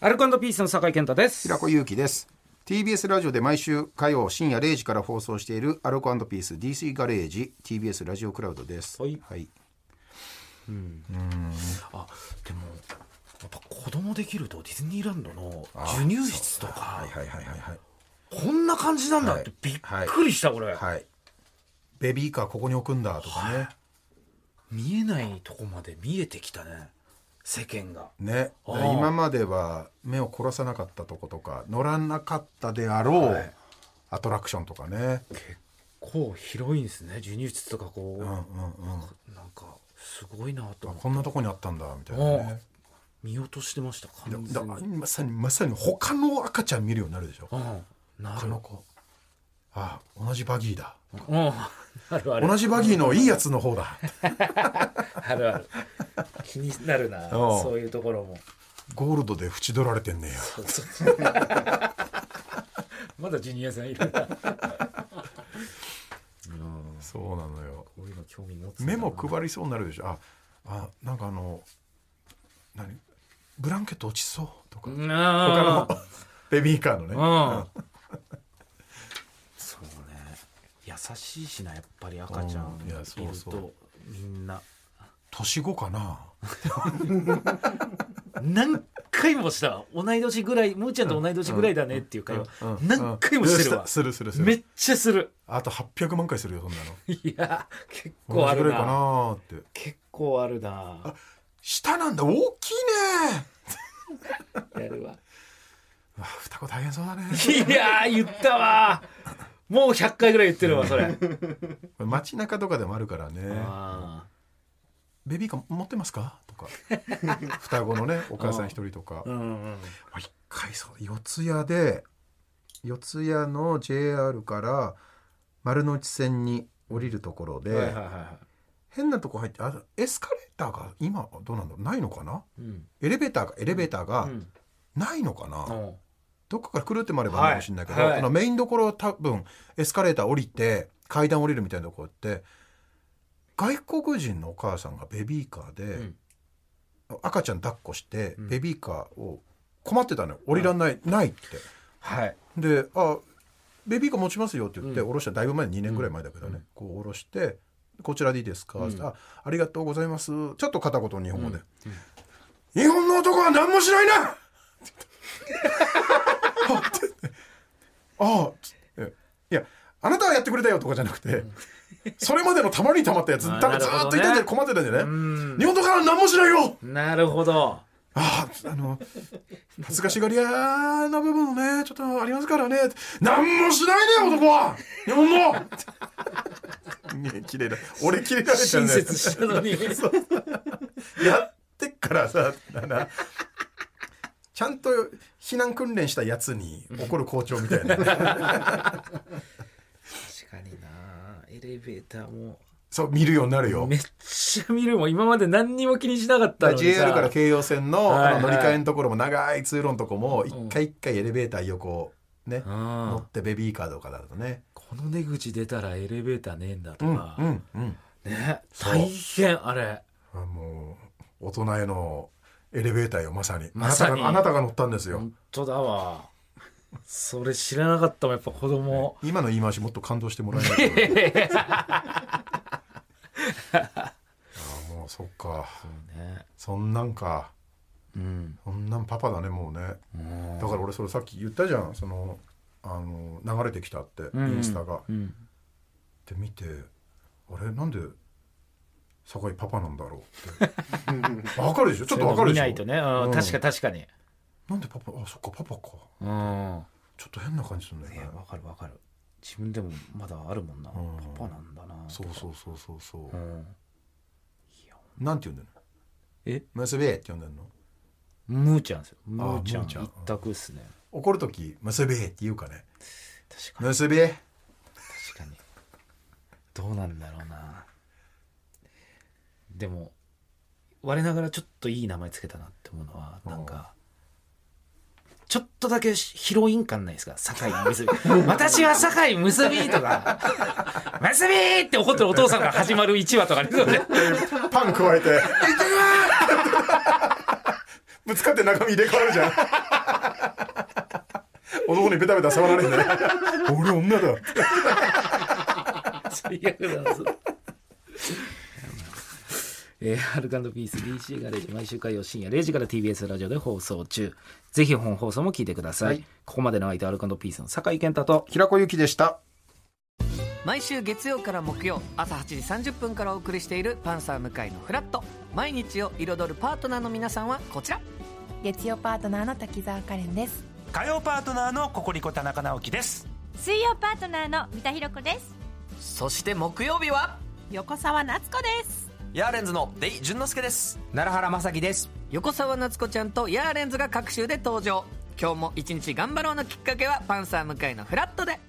アルコピースの酒井健太です平子祐希です TBS ラジオで毎週火曜深夜0時から放送しているアルコピース DC ガレージ TBS ラジオクラウドですはいはい、あでもやっぱ子供できるとディズニーランドの授乳室とかはいはいはいはいこんな感じなんだってはいびっくりした俺、はいベビーカーここに置くんだとかね、見えないとこまで見えてきたね世間がね、あー今までは目を殺さなかったとことか乗らなかったであろう、はいアトラクションとかね、結構広いんですね授乳室とかこう、うんうんなんかすごいなとうん、思ってこんなとこにあったんだみたいなね見落としてました完全にだだまさにまさに他の赤ちゃん見るようになるでしょうんな他るの子ああ同じバギーだうん あるある同じバギーのいいやつの方だあるある気になるなうんそういうところもゴールドで縁取られてんねやそうそうまだジュニアさんいるなそうなのよこういうの興味持つんだ目も配りそうになるでしょああなんかあの何ブランケット落ちそうとか他なのベビーカーのねうんそうね優しいしなやっぱり赤ちゃんうんいやそいうるそうとみんな年後かな何回もしたわ同い年ぐらいもーちゃんと同い年ぐらいだねっていう会話何回もしてるわするするすめるっちゃするあと800万回するよそんなのいや結構同あじぐるらいかななって結構あるな下なんだ大きいねやるわあ双子大変そうだ ね いやー言ったわもう100回ぐらい言ってるわそれこれ街中とかでもあるからねあベビーカー持ってますかとか双子のねお母さん一人とかーうんうんあ一回そう四谷で四谷の JR から丸の内線に降りるところで、はいはいはいは変なとこ入ってあエスカレーターが今どうなんだろうないのかないうんエレベーターがエレベーターうがんないのかな、うんどっかから来るってもあればはいいいかもしれないけど、はいあのメインどころ多分エスカレーター降りて階段降りるみたいなとこって外国人のお母さんがベビーカーで、ん赤ちゃん抱っこして、うんベビーカーを困ってたのよ降りらんない、ないってはいで「あベビーカー持ちますよ」って言って、うん降ろしただいぶ前2年ぐらい前だけどね、うんこう降ろして「こちらでいいですかうんってあ「ありがとうございます」ちょっと片言日本語で、うん日本の男は何もしないな!」 って言ったあってあっていやあなたはやってくれたよとかじゃなくて、それまでのたまりにたまったやつあー多分ずーっといたんなるほどじゃね困ってたんじゃない、うん日本の男は何もしないよなるほどああ、あの、恥ずかしがり屋の部分もね、ちょっとありますからね。何もしないでよ、男は日本 のね綺麗だ。俺綺麗だね。親切したの にやってっからさ、だな。ちゃんと避難訓練したやつに怒る校長みたいな。確かになエレベーターもそう、見るようになるよめ。っちゃ見るもん今まで何にも気にしなかったのにさ JR から京葉線のはいあはいの乗り換えのところも長い通路のとこも、一回一回エレベーター横、ね、あ乗ってベビーカーとかだとね。この出口出たらエレベーターねえんだとか、ん、うん。ねそう大変あれあもう大人へのエレベーターよまさにまさにあなたがあなたが乗ったんですよ、本当だわそれ知らなかったもんやっぱ子供今の言い回しもっと感動してもらえない とあもうそっかねそんなんかうんそんなんパパだねもうねうんだから俺それさっき言ったじゃんそのあの流れてきたって、うんインスタがうんで見てあれなんで酒井パパなんだろうっ てわかるでしょちょっとわかるでしょそういうの見ないとね、うんうん確か確かになんでパパあそっかパパかうんわちょっと変な感じするんだよねかるわかる自分でもまだあるもんな、んパパなんだなそうそうそうそうそうう。んなんて呼んでんの？え？娘って呼んでんの？むーちゃんですよむーちゃんむーちゃん一択っすね怒るとき娘って言うかね。確かに娘。確かにどうなんだろうなでも我ながらちょっといい名前つけたなって思うのはなんかちょっとだけヒロイン感ないですか酒井結び私は酒井結びとか結びって怒ってるお父さんから始まる1話とかねそうねパ ン加えて。ぶつかって中身入れ替わるじゃん。男にベタベタ触られるんだよ俺女だ最悪だなそれえー、アルカンドピース DC ガレージ毎週火曜深夜0時から TBS ラジオで放送中ぜひ本放送も聞いてください、はいここまでの相手アルカンドピースの酒井健太と平子ゆきでした毎週月曜から木曜朝8時30分からお送りしている「パンサー向井のフラット」毎日を彩るパートナーの皆さんはこちら月曜パートナーの滝沢カレンです火曜パートナーのココリコ田中直樹です水曜パートナーの三田寛子ですそして木曜日は横澤夏子ですヤーレンズのデイ淳之介です奈良原正樹です横澤夏子ちゃんとヤーレンズが各週で登場今日も一日頑張ろうのきっかけは「パンサー向井のフラットで」